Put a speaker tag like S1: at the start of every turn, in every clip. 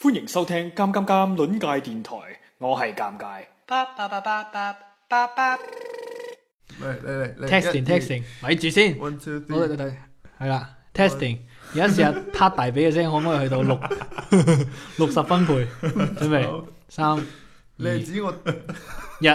S1: 歡迎收聽《尷尷尷》論界電台，我係尷尬。
S2: 嚟嚟嚟
S3: testing testing，咪住先，
S2: ，one two
S3: 我哋
S2: three，
S3: 睇係啦，testing，而家試下拍大髀嘅聲，可唔可以去到 六六十分貝？準備三二
S2: 你係指我
S3: 一，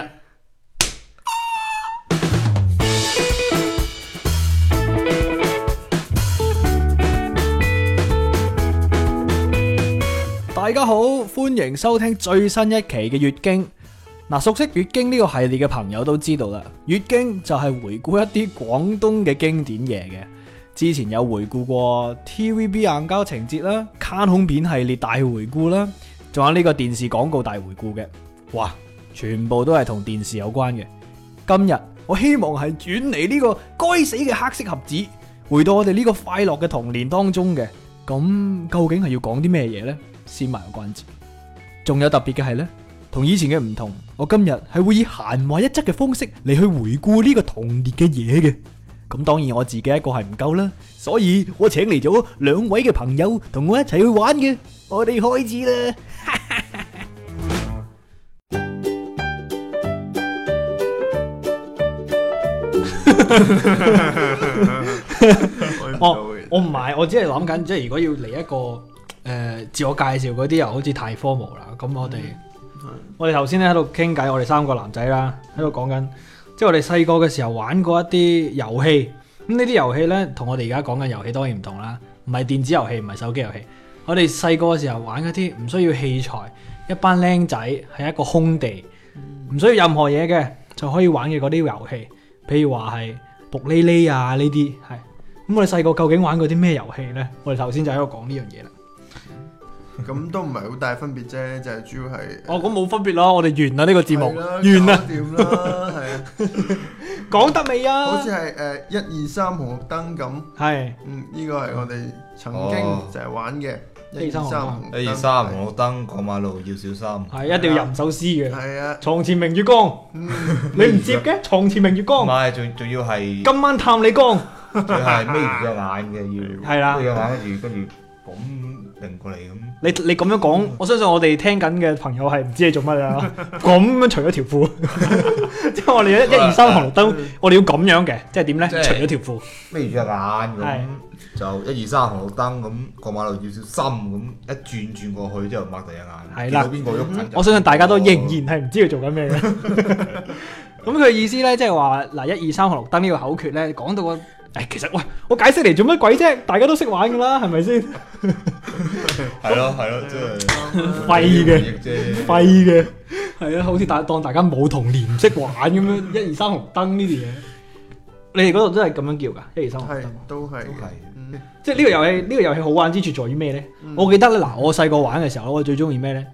S3: 大家好，歡迎收聽最新一期嘅月經。嗱，熟悉月經呢個系列嘅朋友都知道啦，月經就係回顧一啲廣東嘅經典嘢嘅。之前有回顧過 TVB 硬膠情節啦、卡通片系列大回顧啦，仲有呢個電視廣告大回顧嘅。哇，全部都係同電視有關嘅。今日我希望係遠離呢個該死嘅黑色盒子，回到我哋呢個快樂嘅童年當中嘅。咁究竟係要講啲咩嘢呢？先埋個關子。仲有特別嘅係呢，同以前嘅唔同，我今日係會以閒話一則嘅方式嚟去回顧呢個童年嘅嘢嘅。咁當然我自己一個係唔夠啦，所以我請嚟咗兩位嘅朋友同我一齊去玩嘅。我哋開始啦！我我唔係，我只係諗緊，即係如果要嚟一個誒、呃自我介紹嗰啲，又好似太 formal 啦。咁我哋、我哋頭先咧喺度傾偈，我哋三個男仔啦，喺度講緊，即係我哋細個嘅時候玩過一啲遊戲。咁呢啲遊戲咧，同我哋而家講緊遊戲當然唔同啦，唔係電子遊戲，唔係手機遊戲。我哋細個嘅時候玩嗰啲唔需要器材，一班僆仔喺一個空地，唔需要任何嘢嘅就可以玩嘅嗰啲遊戲，譬如話係卜哩哩啊呢啲係。咁我哋細個究竟玩過啲咩遊戲呢？我哋頭先就喺度講呢樣嘢啦。
S2: 咁都唔係好大分別啫，就係主要係
S3: 哦，咁冇分別啦，我哋完啦呢個節目，
S2: 係啦
S3: 完啦，
S2: 搞掂啦， 係啊，
S3: 講得未
S2: 好
S3: 啊
S2: 似？係誒一二三紅綠燈咁，
S3: 係
S2: 嗯，呢個係我哋曾經
S4: 哦
S2: 就係玩嘅
S3: 一二三紅燈
S4: 一二三，紅綠燈過馬路要小心。
S3: 係一定要吟首詩嘅。
S2: 係啊，
S3: 床前明月光，
S2: 嗯
S3: 你唔接嘅？床前明月
S4: 唔
S3: 光，
S4: 係，仲仲要係，
S3: 今晚探你光。
S4: 仲要係眯住隻眼嘅要，
S3: 係啦
S4: 眯隻眼跟住跟住咁擰過嚟咁。
S3: 你你咁樣講，我相信我哋聽緊嘅朋友係唔知你做乜啦。咁樣除咗條 褲，即係我哋一一二三紅綠燈，我哋要咁樣嘅，即係點呢？
S4: 即係
S3: 除咗條褲，
S4: 眯住隻眼
S3: 係
S4: 咁，就一二三紅綠燈咁過馬路要小心咁，一轉轉過去之後擘大隻眼，
S3: 係啦嗯
S4: 見到邊個喐緊就
S3: 我相信大家都仍然係唔知佢做緊 咩嘅。咁佢意思咧，即係話嗱，一二三紅綠燈呢個口訣咧，講到個，誒，其實喂，我解釋嚟做乜鬼啫？大家都識玩噶啦，係咪先？
S4: 係咯係咯，即係
S3: 廢嘅，
S4: 回憶啫。
S3: 廢嘅，係啊，好似大當大家冇童年唔識玩咁樣，一二三紅燈呢啲嘢，你哋嗰度真係咁樣叫噶？一二三紅燈。
S2: 係都係
S4: 都
S2: 嘅
S4: 係，
S2: 嗯
S3: 即係呢個遊戲，呢、個遊戲好玩之處在於咩呢？
S2: 嗯
S3: 我記得咧，嗱，我細個玩嘅時候，我最中意咩呢？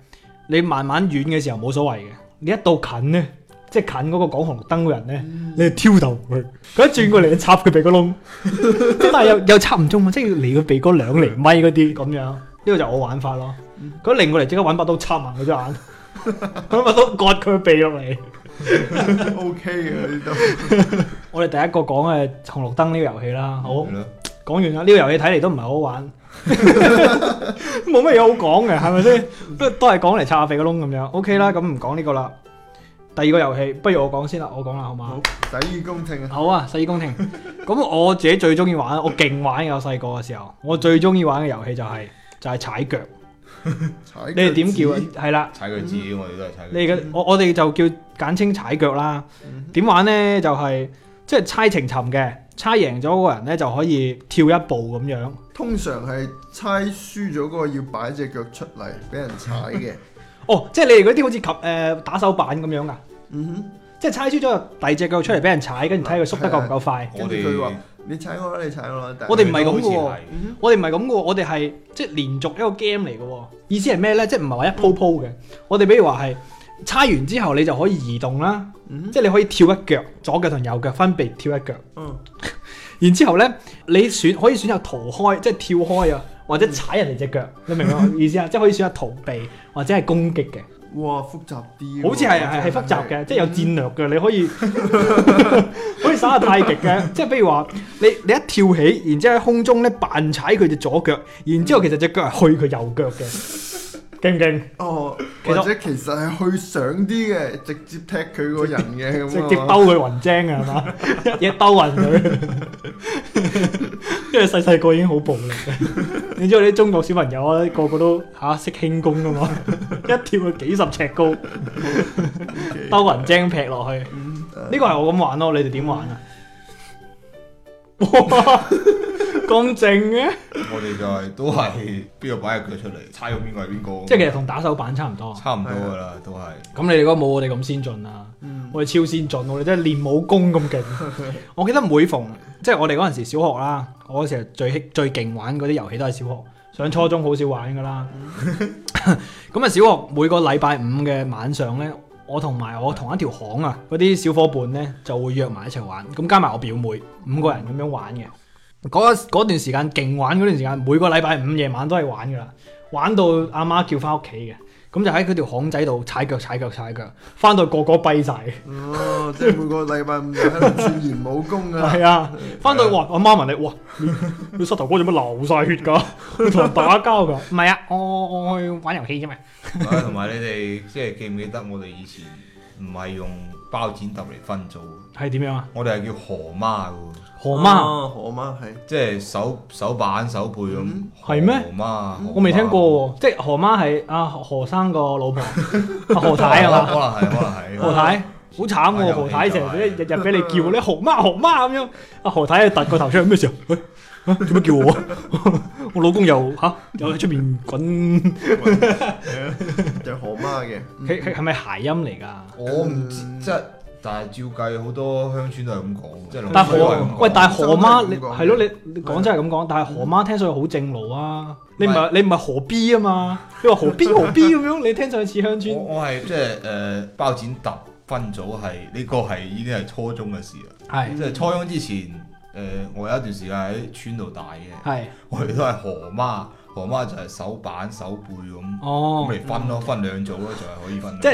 S3: 你慢慢遠嘅時候冇所謂嘅，你一到近呢，即係近嗰個講紅綠燈嘅人呢，你就挑逗佢，佢一轉過嚟，你插佢鼻哥窿，即係但係又又插唔中喎，即係要離個鼻哥兩厘米嗰啲咁樣。呢個就我玩法咯。佢擰過嚟，即刻揾把刀插埋佢隻眼，揾把刀割佢鼻落嚟。
S2: ，OK 嘅呢啲都
S3: 我哋第一個講嘅紅綠燈呢個遊戲啦，好。
S4: 係咯
S3: 講完啦，呢、個遊戲睇嚟都唔係好 玩，冇乜嘢好講嘅，係咪先？都都係講嚟插下鼻個窿咁樣。OK 啦，咁唔講呢個啦。第二個遊戲，不如我講先啦，我講啦，好嘛
S2: 好？洗耳恭聽啊，
S3: 好啊，洗耳恭 聽。咁我自己最中意玩，我勁玩嘅，我細個嘅時候，我最中意玩嘅遊戲就係、就係、踩腳。
S2: 踩
S3: 你哋點
S2: 腳趾
S3: 叫啊？？係啦，
S4: 踩佢指，我哋都係踩佢。
S3: 你嘅我我哋就叫簡稱踩腳啦。點玩呢？就係、即係猜情尋嘅，猜贏咗嗰個人呢，就可以跳一步咁樣。
S2: 通常係猜輸咗嗰個要擺只腳出嚟俾人踩嘅。
S3: 哦，即係你哋嗰啲好似及誒、呃打手板咁樣噶，
S2: 嗯
S3: 即係猜輸咗就第二隻腳出嚟俾人踩，跟住睇佢縮得夠唔夠快。
S2: 哼，跟住佢話：你踩我啦，你踩我啦。但係
S3: 我哋唔係咁嘅喎
S4: 好似係，
S3: 我哋唔係咁嘅喎，我哋係即係連續一個 game 嚟嘅喎。意思係咩咧？即係唔係話一鋪鋪嘅。我哋比如話係猜完之後，你就可以移動啦，
S2: 嗯
S3: 即係你可以跳一腳，左腳同右腳分別跳一腳。
S2: 嗯
S3: 然之後咧，你選可以選擇逃開，即係跳開啊，或者踩人哋只腳，你明唔明我意思啊？即係可以選擇逃避或者係攻擊嘅。
S2: 哇，複雜啲喎。
S3: 好似係係係複雜嘅，即係有戰略嘅，你可以 可以耍下太極嘅，即係譬如話你你一跳起，然之後喺空中咧扮踩佢隻左腳，然之後其實隻腳係去佢右腳嘅，勁唔勁？
S2: 哦，
S3: 其實
S2: 或者其實係去上啲嘅，直接踢佢個人嘅
S3: 直
S2: 咁
S3: 接
S2: 啊嘛。
S3: 兜佢雲精啊，係嘛？ 一嘢兜暈佢，因為細細個已經好暴力嘅。你知道啲中國小朋友啊咧，個個都嚇識輕功噶嘛， 一跳去幾十尺高，兜雲精劈落去。
S2: 嗯
S3: 呢個係我咁玩咯，你哋點玩 啊？哇，咁靜嘅，
S4: 我哋就係都係邊個擺只腳出嚟，猜到邊個係邊個，
S3: 即係其實同打手板差唔多。
S4: 差唔多噶啦，都係。
S3: 咁你哋嗰冇我哋咁先進啦，我哋超先進，我哋真係練武功咁勁。我記得每逢即係我哋嗰陣時小學啦，我嗰時係最最勁玩嗰啲遊戲都係小學，上初中好少玩噶啦。咁啊，小學每個禮拜五嘅晚上咧，我同埋我同一條巷啊嗰啲小伙伴咧就會約埋一齊玩，咁加埋我表妹五個人咁樣玩嘅。嗰嗰段時間勁玩嗰段時間，每個禮拜五夜晚都係玩噶啦，玩到阿媽叫翻屋企嘅。咁就喺佢條巷仔度踩腳踩腳踩腳，翻到個個跛晒。
S2: 哦，即係每個禮拜五就喺度鑽研武功啊。
S3: 係啊，翻到哇，阿媽問你，哇，你你膝頭哥做乜流晒血㗎？你同人打交㗎？唔係啊，我我去玩遊戲啫嘛。
S4: 啊同埋你哋即係記唔記得我哋以前唔係用包剪揼嚟分組，
S3: 係點樣啊？
S4: 我哋係叫河媽嘅喎，
S3: 河媽，
S2: 哦，河媽係。
S4: 即係手手板手背咁。
S3: 係咩
S4: 河媽，河媽
S3: 我未聽過喎，即係河媽係阿何生個老婆，阿何太啊
S4: 可能
S3: 嘛，
S4: 可能 係可能
S3: 何
S4: 係。
S3: 太哎好慘喎，何太成日日日俾你叫你河媽河媽咁樣，阿何太突個頭出嚟咩 事啊？喂啊做乜叫我？ 我老公又吓嗯又喺出面滾。
S2: 就河媽嘅，
S3: 佢佢係咪諧音嚟㗎？
S4: 我唔知即係，但係照計好多鄉村都係咁講，即係農
S3: 嗯但係啊
S4: 村都係
S3: 河
S4: 咁講
S3: 喂，但係河媽
S2: 真
S3: 你
S2: 係咁講
S3: 係咯，你你講真係咁講，但係河媽聽上去好正路啊！你唔係你唔係河 B 啊嘛？你話河 B 河 B 咁樣，你聽上去似鄉村。
S4: 我我係即係誒包剪揼分組係呢個係已經係初中嘅事啦。
S3: 係
S4: 即係初中之前，誒、我有一段時間喺村度大嘅，
S3: 係
S4: 我哋都係河媽，河媽就係手板手背咁，咁
S3: 哦，
S4: 咪分咯，分兩組咯，就係可以分兩組。
S3: 即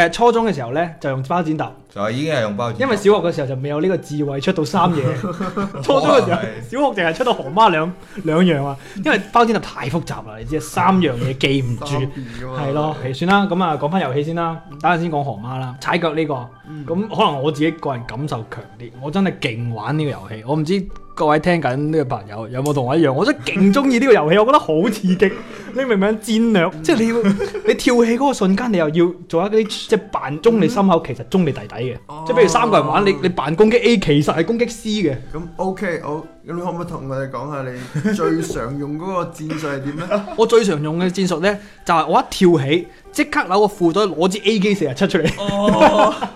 S3: 係誒初中嘅時候咧，就用包剪揼，
S4: 就係已經係用包剪
S3: 因
S4: 揼，
S3: 為小學嘅時候就未有呢個智慧出到三嘢。 初中嘅時候，小學淨係出到河媽兩兩樣啊，因為包剪揼太複雜啦，你知啊三樣嘢記唔
S2: 三
S3: 住。
S2: B 噶嘛。
S3: 係咯，係算啦，咁啊講翻遊戲先啦，等陣先講河馬啦，踩腳呢、個，咁、可能我自己個人感受強啲，我真係勁玩呢個遊戲，我唔知各位聽緊呢個朋友有冇同我一樣，我真係勁中意呢個遊戲，我覺得好刺激，你明唔明戰略？即係你要你跳起嗰個瞬間，你又要做一啲即係扮中你心口，其實中你弟弟嘅，即係譬如三個人玩，你你扮攻擊 A，其實係攻擊 C 嘅。
S2: 咁 OK，好，咁你可唔可以同我哋講下你 最常用嗰個戰術係點咧？
S3: 我最常用嘅戰術呢，就係、我一跳起，即刻扭個褲袋攞支 A 機四十七出嚟，哦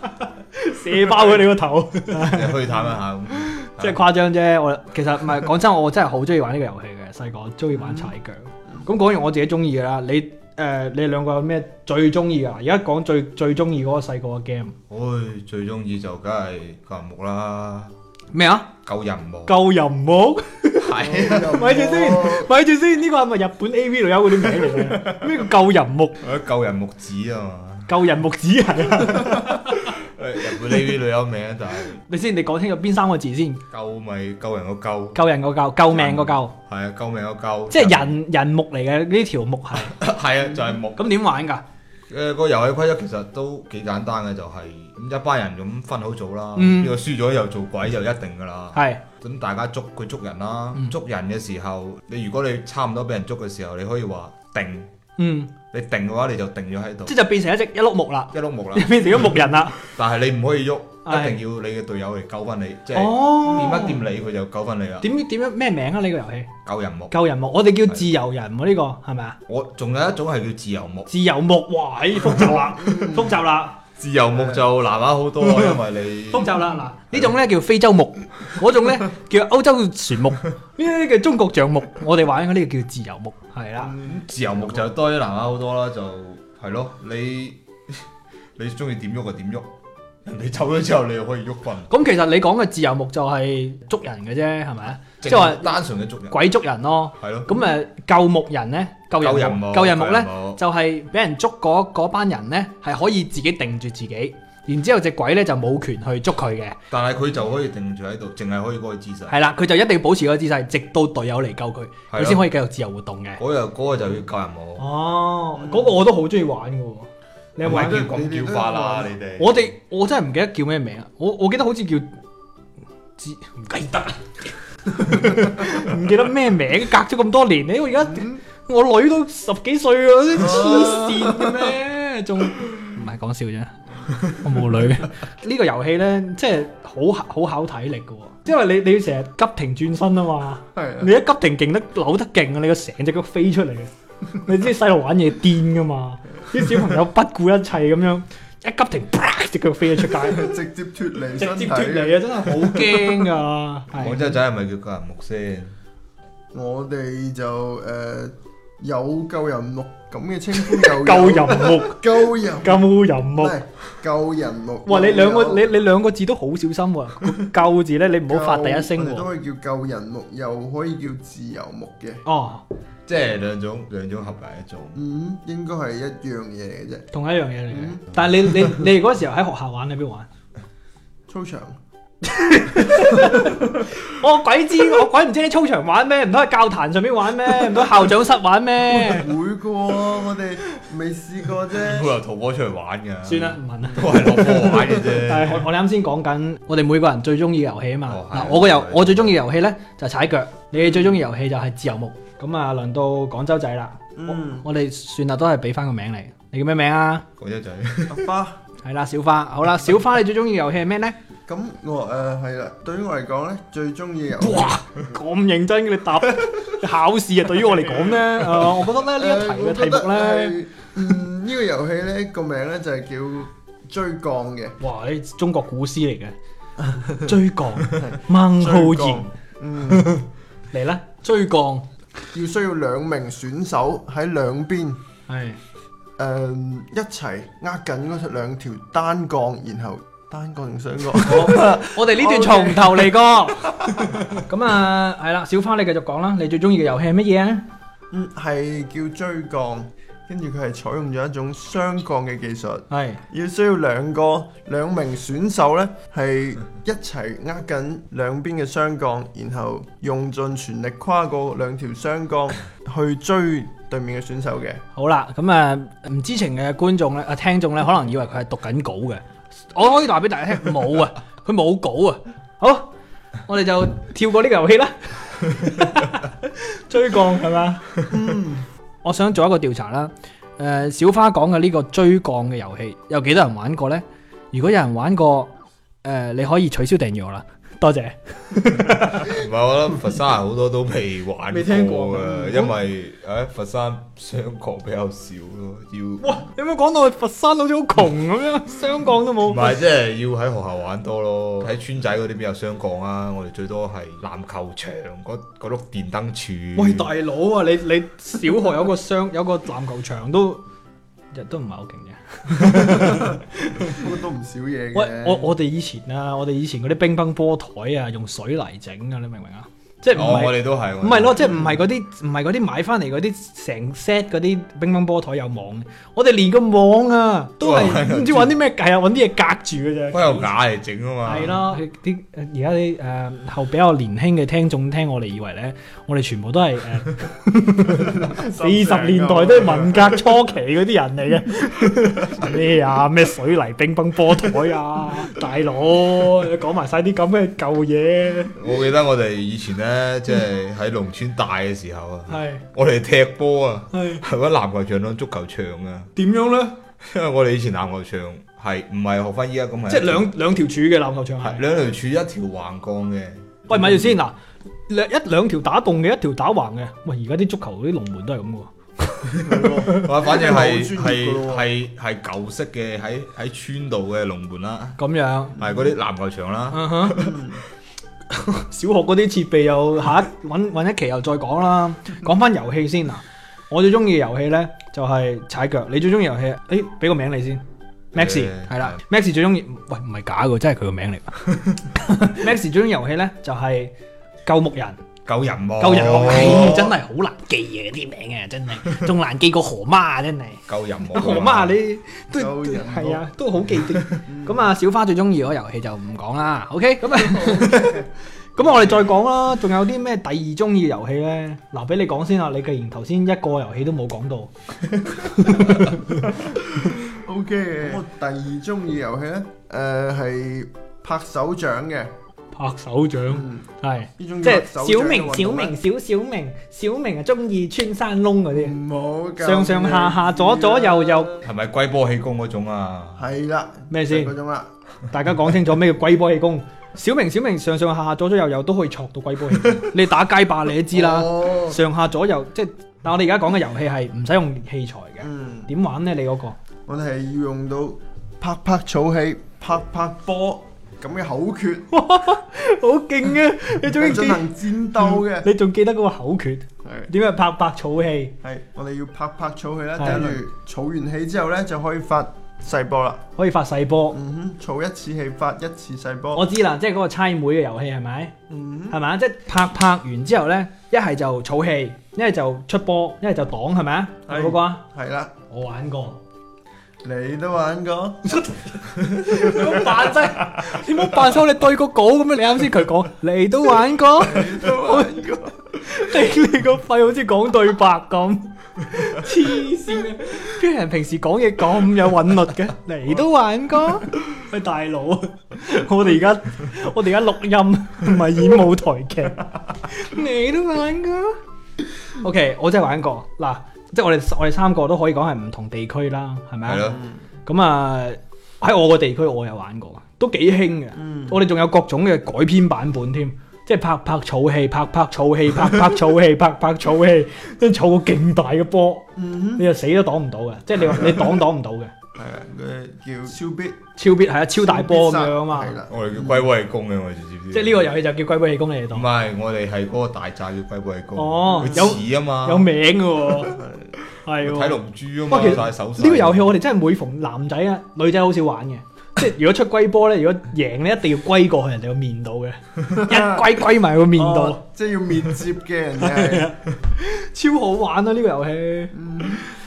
S3: 射爆佢你個頭，
S4: 你去探一下咁，
S3: 即係誇張啫。我其實唔係講真，我真係好中意玩呢個遊戲嘅，細個中意玩踩腳。咁講完我自己中意嘅啦，你誒、呃你兩個有咩最中意㗎？而家講最最中意嗰個細個嘅 game
S4: 唉，最中意就梗係救人木啦，
S3: 咩啊？
S4: 救人木
S3: 救人木，
S4: 係啊
S3: 咪住先，咪住先，呢個係咪日本 A V 女優嗰啲名嚟嘅？咩叫救人木？
S4: 啊， 救人木子啊嘛，
S3: 救人木子係啊？
S4: 誒日本呢啲女友名就係
S3: 你先，你講清楚邊三個字先？
S4: 救咪救人個救，
S3: 救人個救，救命個救，
S4: 係啊救命個救，
S3: 即係人人木嚟嘅呢條木係。
S4: 係啊就係木。
S3: 咁點玩㗎？
S4: 誒、個遊戲規則其實都幾簡單嘅，就係、一班人咁分好組啦，
S3: 嗯
S4: 邊個、輸咗又做鬼就一定㗎啦。
S3: 係
S4: 咁大家捉佢捉人啦，
S3: 嗯
S4: 捉人嘅時候，你如果你差唔多俾人捉嘅時候，你可以話定，
S3: 嗯，
S4: 你定嘅話你就定咗喺度
S3: 即，係就變成一隻一碌木啦，
S4: 一碌木啦。
S3: 變成咗木人啦。
S4: 但係你唔可以喐，
S3: 係
S4: 一定要你嘅隊友嚟救翻你， 即係掂
S3: 哦，
S4: 一掂你佢就救翻你啦，
S3: 點點樣咩名啊？呢個遊戲
S4: 救人木。
S3: 救人木，我哋叫自由人喎，呢個係咪 啊？
S4: 我仲有一種係叫自由木，
S3: 自由木，哇！咦複雜啦，複雜啦，
S4: 自由木就難玩好多，因為你
S3: 複雜啦。嗱，呢種咧叫非洲木，嗰 種咧叫歐洲船木，呢啲叫中國象木。我哋玩嘅呢個叫自由木，係啦。
S4: 自由木就多啲難玩好多啦，就係咯，你 你中意點喐就點喐，人哋走咗之後你又可以喐棍，
S3: 咁其實你講嘅自由木就係捉人嘅啫，係咪啊？即係話
S4: 淨單純嘅捉人，
S3: 鬼捉人咯。
S4: 係咯，
S3: 咁誒救木人咧，救
S4: 救
S3: 人
S4: 人
S3: 木，
S4: 冇
S3: 救人木咧
S4: 冇
S3: 就係俾人捉嗰嗰班人咧，係可以自己定住自己，然之後只鬼咧就冇權去捉佢嘅，
S4: 但係佢就可以定住喺度，淨係可以嗰個姿勢。
S3: 係啦，佢就一定要保持嗰個姿勢，直到隊友嚟救佢，
S4: 係
S3: 佢先
S4: 咯
S3: 可以繼續自由活動嘅。
S4: 嗰日嗰個就要救人舞。
S3: 哦，嗰個我都好中意玩嘅喎，你有冇
S4: 唔係
S3: 玩
S2: 玩過
S4: 叫咁叫法啦，你哋
S3: 我哋我真係唔記得叫咩名啊！我我記得好似叫知唔記得啊，唔記得咩名，隔咗咁多年你我而家我女都十幾歲啊，啲黐線嘅咩？仲唔係講笑啫？我冇女。呢個遊戲咧，即係好好考體力嘅喎，因為你你要成日急停轉身啊嘛。
S2: 係啊
S3: 你一急停勁得扭得勁啊！你個成隻腳飛出嚟 嘅，你知細路玩嘢癲噶嘛？啲小朋友不顧一切咁樣一急停，啪隻腳飛咗出街，
S2: 直接脱離
S3: 直
S2: 身
S3: 接
S2: 體
S3: 脱離啊！真係好驚啊噶，
S4: 廣
S3: 係
S4: 州仔係咪叫救人木先？
S2: 我哋就誒有救人木咁嘅稱 呼，又有
S3: 救人木，
S2: 救人
S3: 救人木。
S2: 係救人木。
S3: 哇！你
S2: 又
S3: 兩
S2: 有
S3: 個你你兩個字都好小心喎， 個救字咧你唔好發第一聲
S2: 我哋都
S3: 喎。
S2: 可以叫救人木，又可以叫自由木嘅。
S3: 哦，
S4: 即係兩種兩種合埋一種。
S2: 嗯，應該係一樣嘢嚟嘅啫。
S3: 同一樣嘢嚟嘅
S2: 嗯。
S3: 但係你你你哋嗰時候喺學校玩喺邊玩？
S2: 操場
S3: 我鬼知我鬼唔知你操場玩咩？唔通喺教壇上面玩咩？唔通校長室玩咩？
S2: 會嘅喎，我哋未試過
S4: 佢
S2: 啫。
S4: 由淘寶出嚟玩㗎。
S3: 算啦，，唔問啦。
S4: 都係落波玩嘅啫。
S3: 但 係我啊我哋啱先講緊，我哋每個人最中意嘅遊戲啊嘛
S4: 哦。係
S3: 嗱，我個遊
S4: 係
S3: 我最中意嘅遊戲咧就係踩腳，你哋最中意嘅遊戲就係自由木。咁啊，輪到廣州仔啦。
S2: 嗯，
S3: 我哋算啦，都係俾翻個名你。你叫咩名啊？
S4: 廣州仔
S2: 阿花。
S3: 係啦，小花。好啦，小花你最中意嘅遊戲係咩咧？
S2: 咁我誒係啦，對於我嚟講咧，最中意遊
S3: 哇，咁認真嘅你答考試啊！對於我嚟 講咧，誒，我覺得咧呢
S2: 呃
S3: 一題嘅題目咧，，
S2: 嗯，呢個遊戲咧個名咧就係叫追降嘅，
S3: 哇，你中國古詩 嚟嘅，追降，孟浩然
S2: 嗯，
S3: 嚟啦，追降
S2: 要需要兩名選手喺兩邊
S3: 係。
S2: 誒一齊握緊嗰兩條單槓，然後單槓定雙槓？
S3: 我哋呢段從頭嚟過。 咁啊，係啦，小花你繼續講啦，你最中意嘅遊戲係乜嘢啊？
S2: 嗯，係叫追降，跟住佢係採用咗一種雙槓嘅技術。
S3: 係
S2: 要需要兩個兩名選手呢，係一齊握緊兩邊嘅雙槓，然後用盡全力跨過兩條雙槓去追對面嘅選手嘅。
S3: 好啦，咁啊，唔知情嘅觀眾咧，啊聽眾咧，可能以為佢係讀緊稿嘅，我可以話俾大家聽，冇 啊，佢冇稿啊。好，我哋就跳過呢個遊戲啦。 追降係嘛？嗯，我想做一個調查啦。誒、小花講嘅呢個追降嘅遊戲，有幾多人玩過呢？如果有人玩過，誒、你可以取消訂閱我啦。多謝。
S4: 唔係，我諗佛山人好多都未玩
S3: 未聽過
S4: 㗎，因為誒佛山雙角比較少咯，要
S3: 哇！有冇講到佛山好似好窮咁樣，雙降都冇。
S4: 唔係即係要喺學校玩多咯，喺村仔嗰啲邊有雙槓啊？我哋最多係籃球場嗰嗰碌電燈柱。
S3: 喂，大佬啊！你你小學有個雙有個籃球場都日都唔係好勁嘅。
S2: 不過都唔少嘢
S3: 喂，我
S2: 嘅。
S3: 我哋以前啊，我哋以前嗰啲乒乓波台啊，用水泥整啊，你明唔明啊？即係唔
S4: 哦，我
S3: 係
S4: 哋都係
S3: 唔係咯？即係唔係嗰啲唔係嗰啲買翻嚟嗰啲成 set 嗰啲乒乓波台有網嘅，我哋連個網啊都
S4: 哦
S3: 係唔知揾啲咩係啊揾啲嘢隔住嘅啫。
S4: 不由假嚟整啊嘛。
S3: 係咯，啲而家啲誒後比較年輕嘅聽眾聽我哋以為咧，我哋全部都係 誒四十年代都係文革初期嗰啲人嚟嘅，咩啊咩水泥乒乓波台 啊，大佬你講埋晒啲咁嘅舊嘢，
S4: 我記得我哋以前咧，即係喺農村大嘅時候啊，
S3: 係
S4: 我哋踢波啊，
S3: 係
S4: 係揾籃球場當足球場啊，
S3: 點樣咧？
S4: 因為我哋以前籃球場係唔係學翻依家咁係
S3: 即係兩兩條柱嘅籃球場
S4: 係
S3: 係，
S4: 兩條柱一條橫槓嘅。
S3: 喂咪住先嗱，兩一兩條打洞嘅，一條打橫嘅，喂而家啲足球嗰啲龍門都係咁嘅喎。
S4: 哇，反正係
S2: 好專業
S4: 係
S2: 㗎咯喎
S4: 係係舊式嘅喺喺村度嘅龍門啦，
S3: 咁樣，
S4: 係嗰啲籃球場啦。
S3: 嗯哼，小學嗰啲設備又下一揾揾一期又再講啦。講翻遊戲先嗱，我最中意嘅遊戲呢就係踩腳，你最中意遊戲？誒，俾個名你先，Max
S4: 誒
S3: 係啦，Max 最中意，喂唔係假嘅，真係佢個名嚟㗎。Max 最中意遊戲呢就係救牧人，
S4: 救人喎，
S3: 救人喎，唉，真係好難記啊啲名啊，真係仲難記過河媽啊真係。
S4: 救人喎，
S3: 河媽你
S2: 救
S3: 都
S2: 人嗯喎
S3: 係啊，都好記得。咁啊，小花最中意嗰個遊戲就唔講啦。OK，咁啊，咁我哋再講啦。仲有啲咩第二中意嘅遊戲咧？留俾你講先啊。你既然頭先一個遊戲都冇講到，
S2: O K 嘅。我第二中意遊戲咧，誒係拍手掌嘅，
S3: 拍手掌
S2: 嗯，
S3: 係
S2: 呢種叫
S3: 即係
S2: 拍手掌
S3: 小
S2: 嘅
S3: 明、
S2: 運
S3: 小
S2: 動啊
S3: 明、
S2: 咧
S3: 小小明、小明啊，中意穿山窿嗰啲，
S2: 唔好咁
S3: 上上下下
S2: 樣
S3: 左左右右
S4: 係咪龜波氣功嗰種啊？
S2: 係啦，
S3: 咩先
S2: 就係嗰種啦，
S3: 大家講清楚咩叫龜波氣功？小明、小明上上下下左左右右都可以戳到龜波氣功。你打街霸你都知啦。
S2: 哦
S3: 上下左右，即係但我哋而家講嘅遊戲係唔使用器材嘅，
S2: 嗯，
S3: 點玩呢？你嗰、個
S2: 我哋係要用到拍拍草氣、拍拍波咁嘅口訣，
S3: 好勁啊！你仲
S2: 係進
S3: 記，
S2: 行戰鬥嘅，
S3: 你仲記得嗰個口訣？
S2: 係。
S3: 點樣拍白草氣？
S2: 係，我哋要拍拍草氣啦，
S3: 係
S2: 跟住儲完氣之後咧就可以發細波啦。
S3: 可以發細波。
S2: 嗯哼，儲一次氣發一次細波。
S3: 我知啦，即係嗰個猜妹嘅遊戲係咪？
S2: 嗯
S3: 係咪即係拍拍完之後呢，一係就草氣，一係就出波，一係就擋，係咪啊？
S2: 係
S3: 有冇嗰個啊？
S2: 哼，係啦，
S3: 我玩過，
S2: 你都玩過，
S3: 你唔好扮 啫，你唔好扮晒，你對個稿咁樣。你啱先佢講，你都玩過。
S2: 你都玩過。
S3: 你你個肺好似講對白咁，黐線嘅！啲人平時講嘢咁有韻律嘅，你都玩過？喂，大佬，我哋而家我哋而家錄音唔係演舞台劇，你都玩過？OK，我真係玩過嗱，即係我哋我哋三個都可以講係唔同地區啦，係咪
S4: 係
S3: 啊？
S4: 咯，
S3: 咁啊喺我個地區我有玩過，都幾興嘅。
S2: 嗯，
S3: 我哋仲有各種嘅改編版本添，即係拍拍草氣，拍拍草氣，拍 拍草氣，拍拍草氣，跟住儲個勁大嘅波，
S2: 嗯
S3: 你就死都擋唔到嘅，即係你 話你擋擋唔到嘅，
S2: 哼，係啊，佢叫超必
S3: 超必係啊，超大波咁樣啊
S2: 係
S3: 嘛，
S2: 啦，
S4: 我哋叫龜波氣功嘅，我哋知唔知？
S3: 即係呢個遊戲就叫龜波氣功你嚟
S4: 唔
S3: 當，
S4: 係，我哋係嗰個大寨叫龜波氣功，
S3: 哦
S4: 佢似啊
S2: 嗯
S4: 嘛，
S3: 有名 嘅喎，係
S4: 睇
S3: 喎。
S4: 龍珠啊
S3: 哇其實
S4: 嘛，晒手勢
S3: 呢個遊戲我哋真係每逢男仔啊、女仔好少玩嘅，即係如果出龜波咧，如果贏咧一定要龜過去人哋個面度嘅，一龜龜埋個面度。啊
S2: 哦即係要面接嘅人哋係。
S3: 超好玩啊！呢、個遊戲，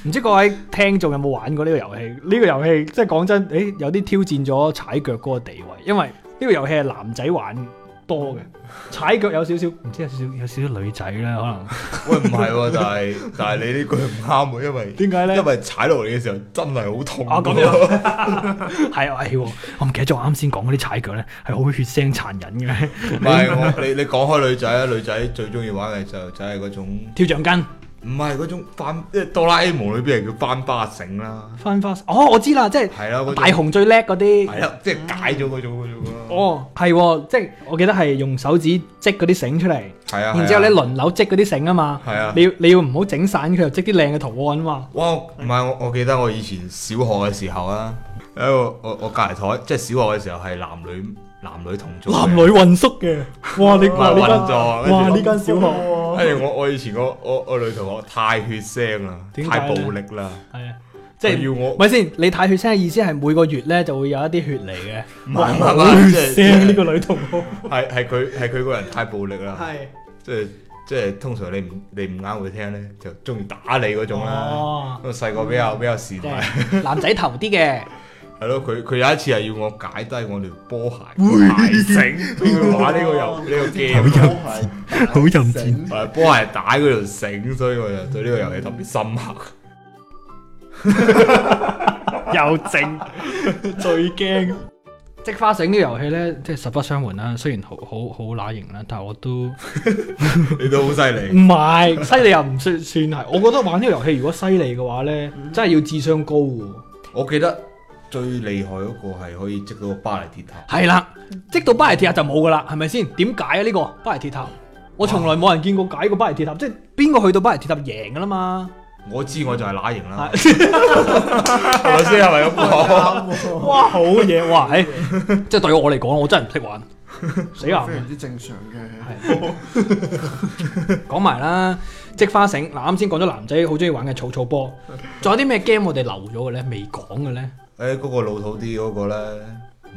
S3: 唔知各位聽眾有冇玩過呢個遊戲？呢、個遊戲即係講真，誒有啲挑戰咗踩腳嗰個地位，因為呢個遊戲係男仔玩多嘅，踩腳有少少，唔知有少少有少少女仔咧，可能
S4: 喂唔係 喎，但係但係你呢句唔啱喎，因為
S3: 點解咧
S4: 因為踩落嚟嘅時候真係好痛。
S3: 啊咁樣，係啊係喎，我唔記得咗我啱先講嗰啲踩腳咧係好血腥殘忍嘅，
S4: 唔係我你你講開女仔啊，女仔最中意玩嘅就就係嗰種，
S3: 跳橡筋、
S4: 唔係嗰種翻，即係哆啦 A 夢裏邊係叫翻巴繩啦，
S3: 翻花，哦我知啦，即係
S4: 係啦嗰種
S3: 大雄最叻嗰啲。
S4: 係啊啦，即係解咗嗰種嗰種咯。
S3: 哦，係喎，即係我記得係用手指織嗰啲繩出嚟，
S4: 係啊，
S3: 哦然之後咧
S4: 係啊
S3: 輪流織嗰啲繩啊嘛，
S4: 係啊
S3: 你要你要唔好整散佢，又織啲靚嘅圖案啊嘛。
S4: 哇！我唔係我，我記得我以前小學嘅時候啊，喺我我我隔離台，即係小學嘅時候係男女男女同組嘅，
S3: 男女混宿嘅，哇！你話
S4: 啊混
S3: 呢
S4: 咗，
S3: 間哇呢
S4: 跟住
S3: 間小學
S4: 跟哎住我我以前個我我女同學太血腥啦，
S3: 點解
S4: 太
S3: 呢
S4: 暴力啦，
S3: 係啊，即
S4: 即
S3: 係
S4: 係要我
S3: 咪先？你睇血腥嘅意思係每個月咧就會有一啲血嚟嘅，
S4: 唔
S3: 哇
S4: 係唔係
S3: 好
S4: 唔係
S3: 血
S4: 即係
S3: 腥呢個女同學，
S4: 係係佢係佢個人太暴力啦，
S3: 係
S4: 即係即係通常你唔你唔啱會聽咧，就中意打你嗰種啦。
S3: 哦，
S4: 咁細個比較比較善
S3: 即
S4: 良，
S3: 係男仔頭啲嘅，
S4: 係咯。佢佢有一次係要我解低我條波鞋鞋繩，佢要玩呢 個遊呢個 game。啊
S2: 好
S3: 好淫
S2: 賤。
S4: 誒波鞋帶嗰條繩，所以我就對呢個遊戲特別深刻。
S3: 又靜，最驚。織花繩呢個遊戲咧，即係實不相瞞啦。雖然好好好乸型啦，但係我都
S4: 你都好犀
S3: 唔
S4: 利，
S3: 係 犀利又唔算算係，我覺得玩呢個遊戲如果犀利嘅話咧，真係要智商高喎。
S4: 我記得最厲害嗰個係可以織到個巴黎鐵塔。
S3: 係啦，織到巴黎鐵塔就冇噶啦，係咪先？點解啊？呢個巴黎鐵塔，我從來冇人見過解過巴黎鐵塔，即係邊個去到巴黎鐵塔贏噶啦嘛？
S4: 我知我就係乸型啦， 係咪先？係咪咁 講？
S3: 哇，好嘢！哇，唉，即係對我嚟講，我真係唔識玩， 死啊硬
S2: 非常之正常嘅，
S3: 係講埋啦，織花繩嗱，啱先講咗男仔好中意玩嘅草草 波，仲有啲咩 game 我哋留咗嘅咧，未講嘅咧？
S4: 誒嗰個老土啲嗰個咧，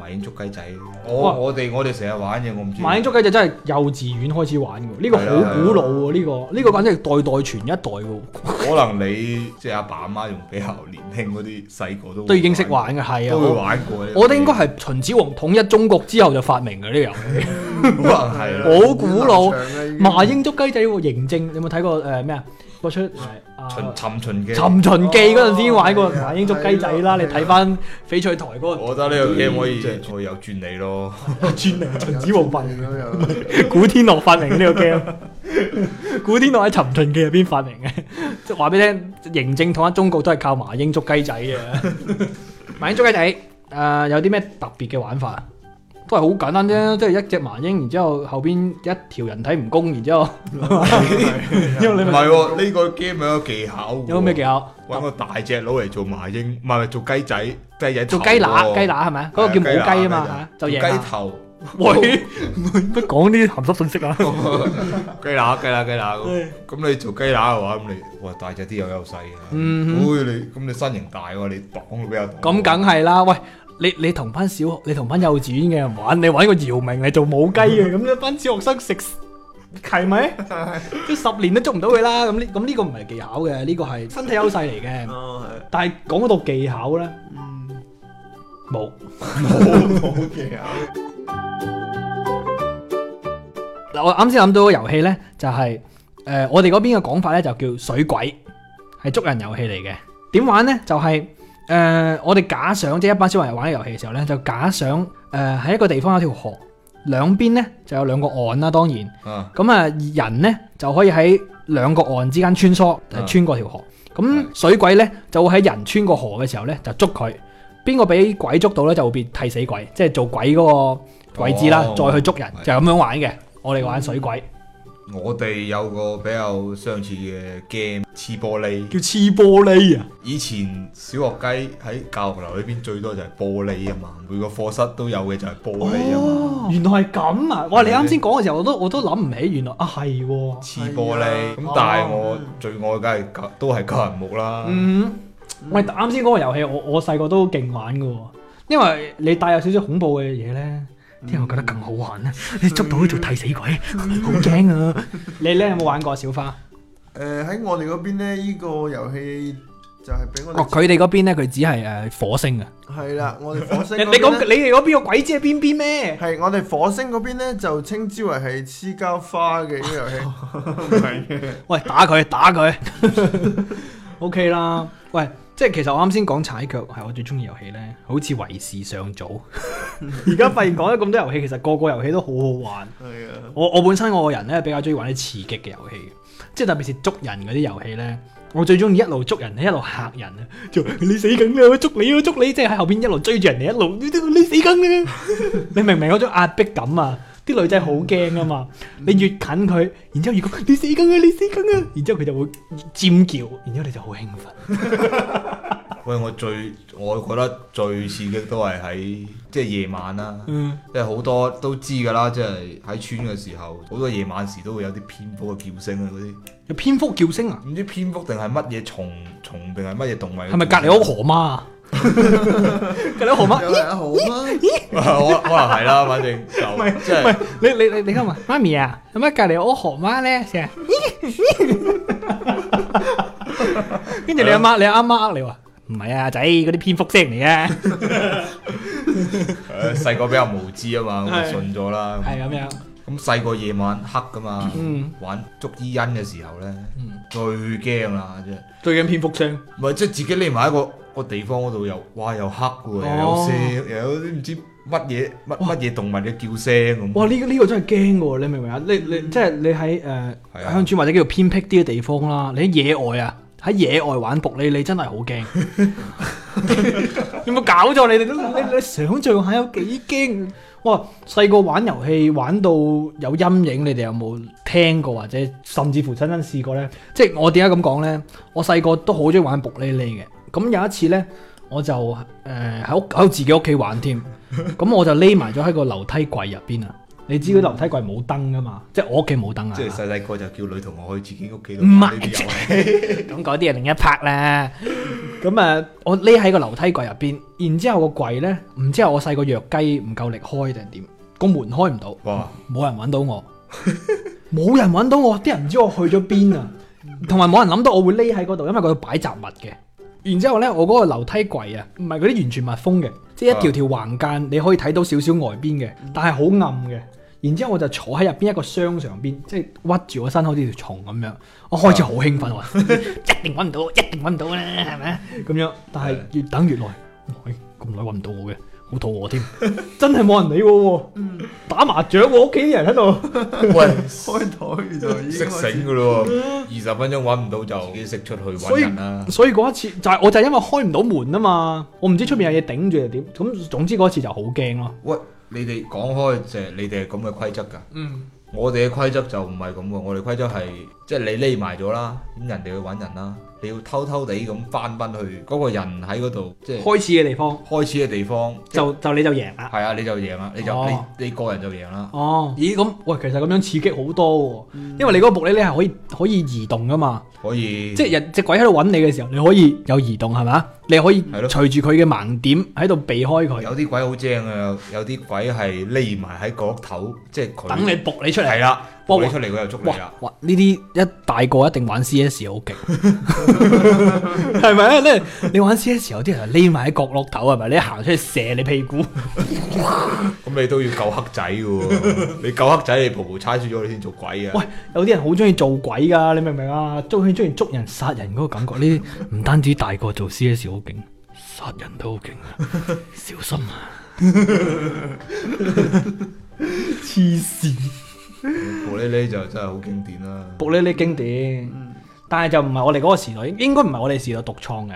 S4: 麻英捉雞仔。我
S3: 哇
S4: 我哋我哋成日玩嘅，我唔知。
S3: 麻英捉雞仔真係幼稚園開始玩嘅喎，呢個
S4: 係啊
S3: 好古老喎，呢個呢個簡直係代代傳一代嘅
S4: 可能你即係阿爸阿媽仲比較年輕嗰啲，細個都
S3: 喎，都已經識，玩嘅，係
S4: 都會
S3: 啊。
S4: 玩過嘅。
S3: 我我哋應該係秦始皇統一中國之後就發明嘅呢個遊戲。
S4: 可能係啊啦。
S3: 好古老
S2: 好長嘅已經
S4: 啊
S3: 麻英捉雞仔喎，嬴政你有冇睇過誒咩啊？嗰出誒啊
S4: 尋尋秦嘅。
S3: 尋秦記嗰陣時玩過
S2: 哦係啊
S3: 麻英捉雞仔
S2: 係啊
S3: 啦，你睇翻翡翠台嗰個
S4: 我覺得呢個 game 可以可以有專利咯。
S3: 專 嚟秦始皇發
S2: 咁
S3: 明，
S2: 樣
S3: 古天樂發明呢個 game。古天樂喺《尋秦記》入邊發明嘅， 即係話俾你聽，嬴政統一中國都係靠麻英捉雞仔 嘅。麻英捉雞仔，誒、有啲咩特別嘅玩法啊？都係好簡單啫，都係一隻麻英，然之後後邊一條人體蜈蚣，然之後之後
S4: 唔
S3: 你咪
S4: 係喎，呢個 game 有個技巧喎。
S3: 有咩技巧？
S4: 揾個大隻佬嚟做麻鷹，唔係唔係做雞仔，雞仔
S3: 做
S4: 頭
S3: 雞乸，
S4: 喎
S3: 雞乸係咪啊？嗰
S4: À,
S3: 個叫母雞啊嘛，嚇就
S4: 雞
S3: 贏啦。
S4: 頭，
S3: 喂，不講呢啲鹹濕信息啦。
S4: 雞乸雞乸雞乸咁。咁你做雞乸嘅話，咁你哇大隻啲有優勢嘅。
S3: 嗯哼
S4: 好似你咁你身形大喎，你擋到比較擋。
S3: 咁梗係啦，喂，你你同班小學，你同班幼稚園嘅人玩，你玩個姚明嚟做母雞嘅，咁一班小學生食係咪？即十年都捉唔到佢啦。咁呢咁呢個唔係技巧嘅，呢個係身體優勢嚟嘅。
S2: 哦係，
S3: 但係講到技巧咧，
S2: 嗯，
S3: 冇。
S2: 冇技巧。
S3: 嗱，我啱先諗到個遊戲咧，就係、呃我哋嗰邊嘅講法咧就叫水鬼，係捉人遊戲嚟嘅。點玩咧？就係、呃我哋假想即係一班小朋友玩嘅遊戲嘅時候咧，就假想呃誒喺、一個地方有條河，兩邊咧就有兩個岸啦，當然。
S4: 啊，
S3: 咁啊，人咧就可以喺兩個岸之間穿梭，
S4: 啊
S3: 就係穿過條河。咁水鬼咧就會喺人穿過河嘅時候咧就捉佢，邊個俾鬼捉到咧就會變替死鬼，即係做鬼嗰個鬼子啦，
S4: 哦
S3: 再去捉人，
S4: 係
S3: 就咁樣玩嘅。我哋玩水鬼
S4: 我哋有個比較相似嘅 ờ, game，黐玻璃。
S3: 叫黐玻璃啊，
S4: 以前小學雞喺教學樓裏邊最多就係玻璃啊嘛，每個課室都有嘅就係玻璃啊嘛，
S3: 原來係咁啊！哇，你啱先
S4: 係
S3: 講嘅時候我都我都諗唔起，原來啊係喎，
S4: 黐玻璃。
S3: 係
S4: 咁
S3: 啊
S4: 但係我最愛梗係救都係救人木啦。
S3: 嗯，喂，啱先嗰個遊戲我我細個都勁玩嘅喎，因為你帶有少少恐怖嘅嘢咧。聽我覺得更好玩咧，你捉到呢做替死鬼，好驚 啊！你咧有冇玩過小花？
S2: 誒喺我哋嗰邊咧，呢個遊戲就係俾我
S3: 哦，
S2: 哋
S3: 佢哋嗰邊咧，佢只係誒火星啊！
S2: 係啦，我哋火星
S3: 你
S2: 嗰邊呢
S3: 你講你哋嗰邊個鬼知係邊邊咩？
S2: 係我哋火星嗰邊咧，就稱之為係黐膠花嘅呢個 遊戲。
S3: 喂，打佢，打佢 ！OK 啦，喂，即係其實我啱先講踩腳係我最中意遊戲咧，好似為時尚早。 而家發現講咗咁多遊戲，其實個個遊戲都好好玩。
S2: 係啊，
S3: 我我本身我個人咧比較中意玩啲刺激嘅遊戲嘅，即係特別是捉人嗰啲遊戲咧，我最中意一路捉人，一路嚇人啊！就你死梗啦，我捉你，我捉你，即係喺後邊一路追住人哋，一路你你死梗啦！你明唔明嗰種壓迫感啊？啲女仔好驚啊嘛！你越近佢，然之後越講你死梗啊，你死梗啊！然之後佢就會尖叫，然之後你就好興奮。
S4: 喂，我最我覺得最刺激都係喺即係夜晚啦，
S3: 嗯，
S4: 即係好多都知㗎啦，即係喺村嘅時候，好多夜晚時都會有啲蝙蝠嘅叫聲啊嗰啲，
S3: 有蝙蝠叫聲啊！
S4: 唔知蝙蝠定係乜嘢蟲蟲定係乜嘢動物？
S3: 係咪隔離屋？河媽啊？隔離屋河媽
S2: 有人好啊嗎？
S4: 可可能係啦，反正 就即係
S3: 你你你你今日媽咪啊，咁解隔離我河媽咧成日，跟住你阿媽你阿媽呃你話唔係啊仔，嗰啲蝙蝠聲嚟嘅，
S4: 誒呃細個比較無知啊嘛，咁
S3: 係
S4: 就信咗啦。
S3: 係咁樣，
S4: 咁細個夜晚黑㗎嘛
S3: 嗯，
S4: 玩捉伊人嘅時候咧
S3: 嗯，
S4: 最驚啦，即係。
S3: 最近蝙蝠聲，
S4: 唔係即係自己匿埋喺個個地方嗰度又，哇又黑嘅喎，
S3: 哦
S4: 又有聲，又有啲唔知乜嘢乜乜嘢動物嘅叫聲咁。嗯
S3: 哇呢個呢個真係驚嘅喎，你明唔明啊？你你即係你喺誒
S4: 係啊
S3: 鄉村或者叫做偏僻啲嘅地方啦，你喺野外啊。喺野外玩伏你，你真係好 驚！有冇搞錯？你哋都你你想象下有幾驚？哇！細個玩遊戲玩到有陰影，你哋有冇聽過或者甚至乎親身試過呢？即係我點解咁講呢？我細個都好中意玩卜哩哩嘅。咁有一次呢，我就誒喺屋喺自己屋企玩添。 咁我就匿埋咗喺個樓梯櫃入邊啊！你知嗰啲樓梯櫃冇燈噶嘛？即係我屋企冇燈啊。
S4: 即係細細個就叫女同學去自己屋企度
S3: 唔係
S4: 玩呢啲遊戲。
S3: 咁嗰啲係另一 part 啦。咁啊，我匿喺個樓梯櫃入邊，然之後個櫃咧，唔知係我細個弱雞唔夠力開定係點，個門開唔到，
S4: 哇！
S3: 冇人揾到我，冇人揾到我，啲人唔知我去咗邊啊，同埋冇人諗到我會匿喺嗰度，因為嗰度擺雜物嘅。然之後咧，我嗰個樓梯櫃啊，唔係嗰啲完全密封嘅，即係一條條橫間，你可以睇到少少外邊嘅，但係好暗嘅。然之後我就坐喺入邊一個箱上邊，即係屈住我身，好似條蟲咁樣。我開始好興奮，話 一定揾唔到我，一定揾唔到啦，係咪？咁樣，但係越等越耐，喂咁耐揾唔到我嘅，好肚餓添，真係冇人理我喎。打麻雀喎，屋企啲人喺度。
S4: 喂，
S2: 開台就已經
S4: 識
S2: 開
S4: 醒
S2: 始
S4: 噶咯喎，二十分鐘揾唔到就自己識出去揾
S3: 所以
S4: 人啦。
S3: 所以嗰一次就係、我就係因為開唔到門啊嘛，我唔知出面有嘢頂住定點，咁總之嗰次就好驚咯。
S4: 喂，你哋講開就係你哋係咁嘅規則㗎。
S3: 嗯，
S4: 我哋嘅規則就唔係咁喎，我哋規則係即係你匿埋咗啦，咁人哋去揾人啦，你要偷偷地咁翻翻去嗰個人喺嗰度，即係
S3: 開始嘅地方
S4: 開始嘅地方，
S3: 就就你就贏啦。
S4: 係啊，你就贏啦，你就、
S3: 哦
S4: 你你個人就贏啦。
S3: 哦，嗯咦咁，喂，其實咁樣刺激好多喎，因為你嗰個木呢，你係可以可以移動噶嘛，
S4: 可以，
S3: 即係人只鬼喺度揾你嘅時候，你可以有移動係嘛？你可以
S4: 係咯
S3: 隨住佢嘅盲點喺度避開佢，
S4: 有啲鬼好精啊，有有啲鬼係匿埋喺角落頭，即係佢
S3: 等你搏你出嚟
S4: 係。啦，
S3: 哇
S4: 搏你出嚟佢就捉你
S3: 哇
S4: 啦。
S3: 哇！呢啲一大個一定玩 C.S. 好勁， 係咪啊？咧你玩 C.S. 有啲人匿埋喺角落頭係咪？你一行出去射你屁股，
S4: 啊咁你都要救黑仔嘅喎，你救黑仔你婆婆猜輸咗你先做鬼啊！
S3: 喂，有啲人好中意做鬼噶，你明唔明啊？中意中意捉人殺人嗰個感覺，呢啲唔單止大個做 C.S. 好勁，殺人都好勁啊！ 小心啊！黐線，
S4: 婆呢呢就真係好經典啦。
S3: 卜呢啲經典，
S4: 嗯
S3: 但係就唔係我哋嗰個時代，應該唔係我哋時代獨創嘅，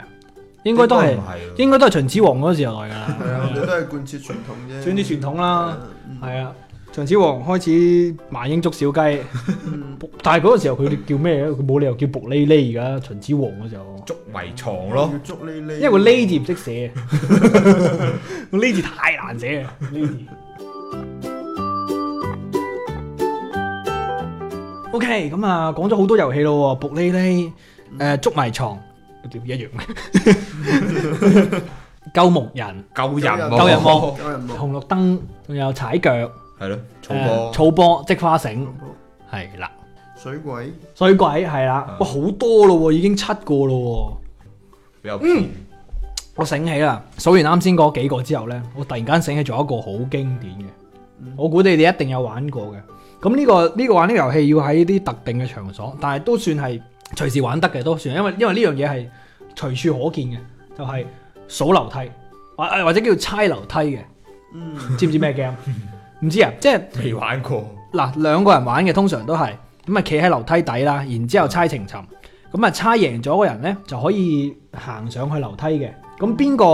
S3: 應該都係
S4: 應該唔係喎
S3: 應該都係秦始皇嗰個時代㗎啦。
S2: 係啊，我哋都係貫徹傳統啫。
S3: 轉啲傳統啦，
S2: 嗯
S3: 係啊。秦始皇開始麻鷹捉小雞，
S2: 嗯
S3: 卜 但係嗰個時候佢哋叫咩咧？佢冇理由叫卜哩哩而家秦始皇嗰時候，
S4: 捉迷藏咯
S2: 要，捉呢呢，
S3: 因為個呢字唔識寫，個呢字太難寫啊！呢字。O K，咁啊，講咗好多遊戲咯喎，卜哩哩，誒捉迷藏，屌 一樣嘅救牧人、
S4: 救人喎
S3: 救人喎
S2: 救人夢。
S3: 紅綠燈，仲有踩腳。
S4: 係咯，草
S3: 誒
S4: 波。
S3: 草波即花繩，係啦，
S2: 水鬼，
S3: 水鬼係啦
S4: 啊，
S3: 哇好多咯喎，已經七個咯
S4: 比較偏
S3: 喎，我醒起啦，數完啱先嗰幾個之後呢，我突然間醒起咗一個好經典嘅，我估你哋一定有玩過嘅。咁呢、個呢、個玩呢個遊戲要喺啲特定嘅場所，但係都算係隨時玩得嘅，都算，因為因為呢樣嘢係隨處可見嘅，就係、數樓梯，或或者叫猜樓梯嘅，
S2: 嗯，
S3: 知唔知咩 game？唔知啊，即係。
S4: 未玩過，
S3: 嗱，兩個人玩嘅通常都係咁啊，企喺樓梯底啦，然之後猜情尋，咁啊猜贏咗個人呢，就可以行上去樓梯嘅。咁邊個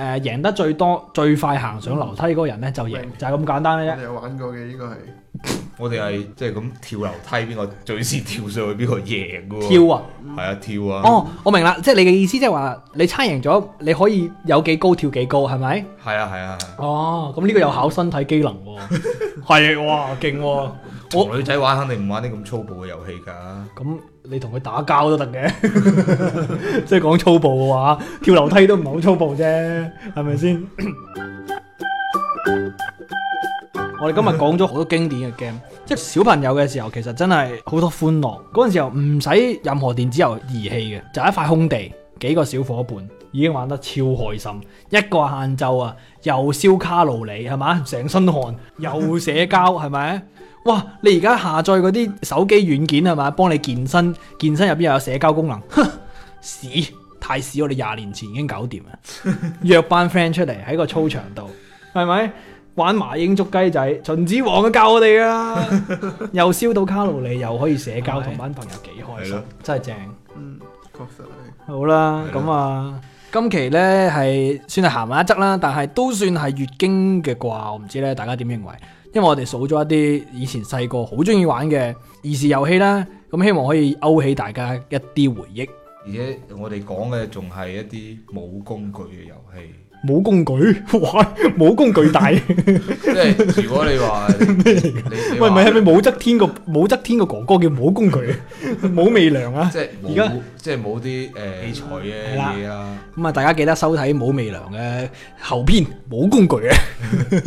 S3: 誒贏得最多、最快行上樓梯嗰個人呢，就贏，就係啊咁簡單
S2: 我
S3: 嘅啫。
S2: 哋有玩過嘅呢個係。
S4: 我哋係即係咁跳樓梯，邊個最先跳上去，邊個贏嘅喎。
S3: 跳啊！
S4: 係啊，跳啊，
S3: 哦，我明啦，即係你嘅意思，即係話你猜贏咗，你可以有幾高跳幾高，係咪？
S4: 係啊，係啊，係啊。
S3: 哦，咁呢個有考身體機能喎， 係哇，勁喎！我
S4: 同女仔玩肯定唔玩啲咁粗暴嘅遊戲㗎。
S3: 咁你同佢打交都得嘅， 即係講粗暴嘅話，跳樓梯都唔係好粗暴啫，係咪先？ 我哋今日講咗好多經典嘅 game，即係小朋友嘅時候，其實真係好多歡樂。嗰陣時候唔使任何電子遊儀器嘅，就一塊空地，幾個小伙伴已經玩得超開心。一個晏晝啊，又燒卡路里係嘛，成身汗，又社交係咪？哇！你而家下載嗰啲手機軟件係嘛，幫你健身，健身入邊又有社交功能， 哼屎太屎！我哋廿年前已經搞掂 啦，約班 friend 出嚟喺個操場度，係咪玩麻鷹捉雞仔？秦始皇都教我哋 啊，又燒到卡路里，又可以社交，同班朋友幾開
S4: 係
S3: 心
S4: 咯，
S3: 真係正。
S2: 嗯，確實係。
S3: 好啦，
S4: 係咯
S3: 咁啊，今期呢係算係鹹話一則啦，但係都算係月經嘅啩，我唔知呢大家點認為？因為我哋數咗一啲以前細個好中意玩嘅兒時遊戲啦，咁希望可以勾起大家一啲回憶。
S4: 而且我哋講嘅仲係一啲冇工具嘅遊戲，
S3: 冇工具， 哇，冇工具大，喂
S4: 即係如果你 話你你
S3: 唔
S4: 話
S3: 係係咪武則天個武則天個哥哥叫冇 工具，冇味良啊？
S4: 即係
S3: 而家
S4: 冇即係冇啲誒器材嘅
S3: 係啦
S4: 嘢啦，
S1: 咁啊，大家記得收睇冇味良嘅後篇冇工具 嘅。誒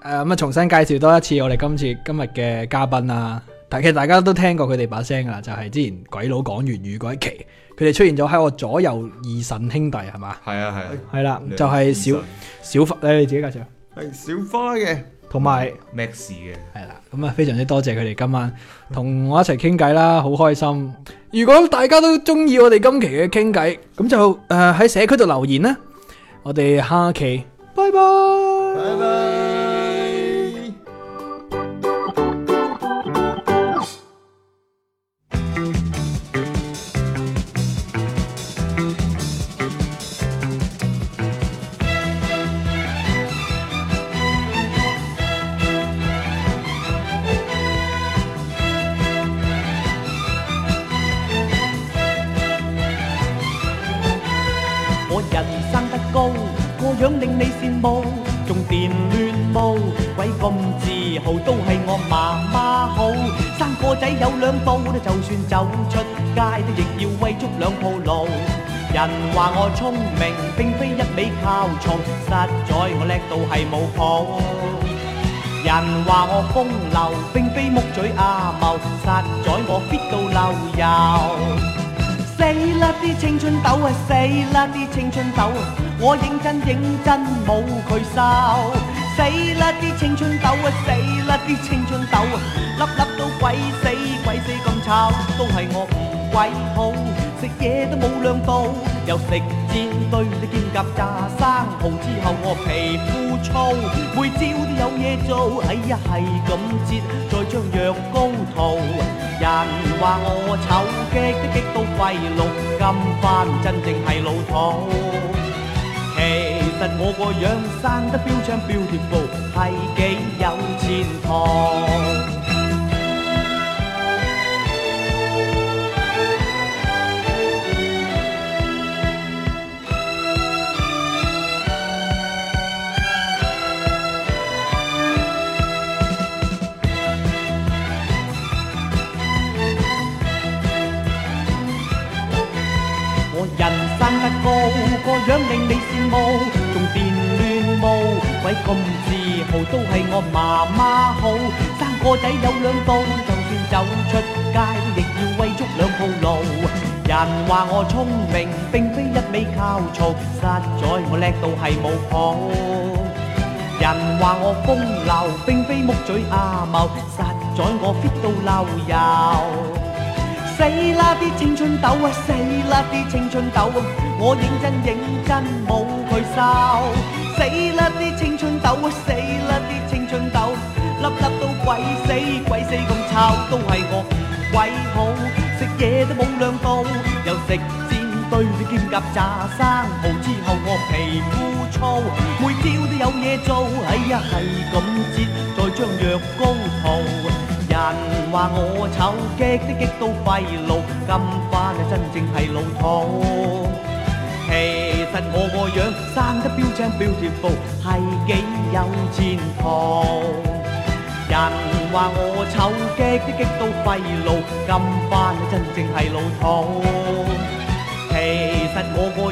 S1: 咁啊，重新介紹多一次我哋今次今日嘅嘉賓啦。但其實大家都聽過佢哋把聲噶啦，就係、之前鬼佬講粵語嗰一期，佢哋出現咗喺我左右二神兄弟係嘛？
S4: 係啊係啊，
S3: 係啦，就係小小花，誒你自己介紹，
S2: 係小花嘅，
S3: 同埋
S4: Max 嘅，
S1: 係啦，咁啊非常之多謝佢哋今晚同我一齊傾偈啦，好開心。如果大家都中意我哋今期嘅傾偈，咁就呃誒喺、社區度留言啦。我哋下期拜拜。
S2: 拜拜。
S5: 我人生得高，個樣令你羨慕，仲電亂舞，鬼咁自豪，都係我媽媽好。生個仔有兩寶，就算走出街都亦要喂足兩鋪路。人話我聰明，並非一味靠聰，實在我叻到係冇譜。人話我風流，並非木嘴阿茂，實在我 fit 到漏油。死啦啲青春痘啊，死啦啲青春痘啊，我認真認真冇佢收。死啦啲青春痘啊，死啦啲青春痘啊，粒粒都鬼死鬼死咁臭，都係我唔鬼好，食嘢都冇兩度，又食煎堆啲肩胛炸生蠔之後我皮膚粗，每朝都有嘢做，哎呀係咁折，再將藥膏塗。人話我醜激都激到肺綠，今番真正係老土。其實我個樣生得標槍標鐵布，係幾有前途。我人生得高，個樣令你羨慕，仲電亂舞，鬼咁自豪，都係我媽媽好。生個仔有兩刀，就算走出街，亦要喂足兩鋪路。人話我聰明，並非一味靠嘈，實在我叻到係冇譜。人話我風流，並非木嘴阿茂，實在我 fit 到漏油。死啦啲青春痘啊，死啦啲青春痘啊，我認真認真冇佢收。死啦啲青春痘啊，死啦啲青春痘，粒粒都鬼死鬼死咁臭，都係我唔鬼好，食嘢都冇兩度，又食煎堆啲肩胛炸生蠔之後我皮膚粗，每朝都有嘢做，哎呀係咁折，再將藥膏塗。人話我醜激都激到肺癆，今番啊真正係老土。其實我個樣生得標青標貼布，係幾有前途。人話我醜激都激到肺癆，今番啊真正係老土。其實我個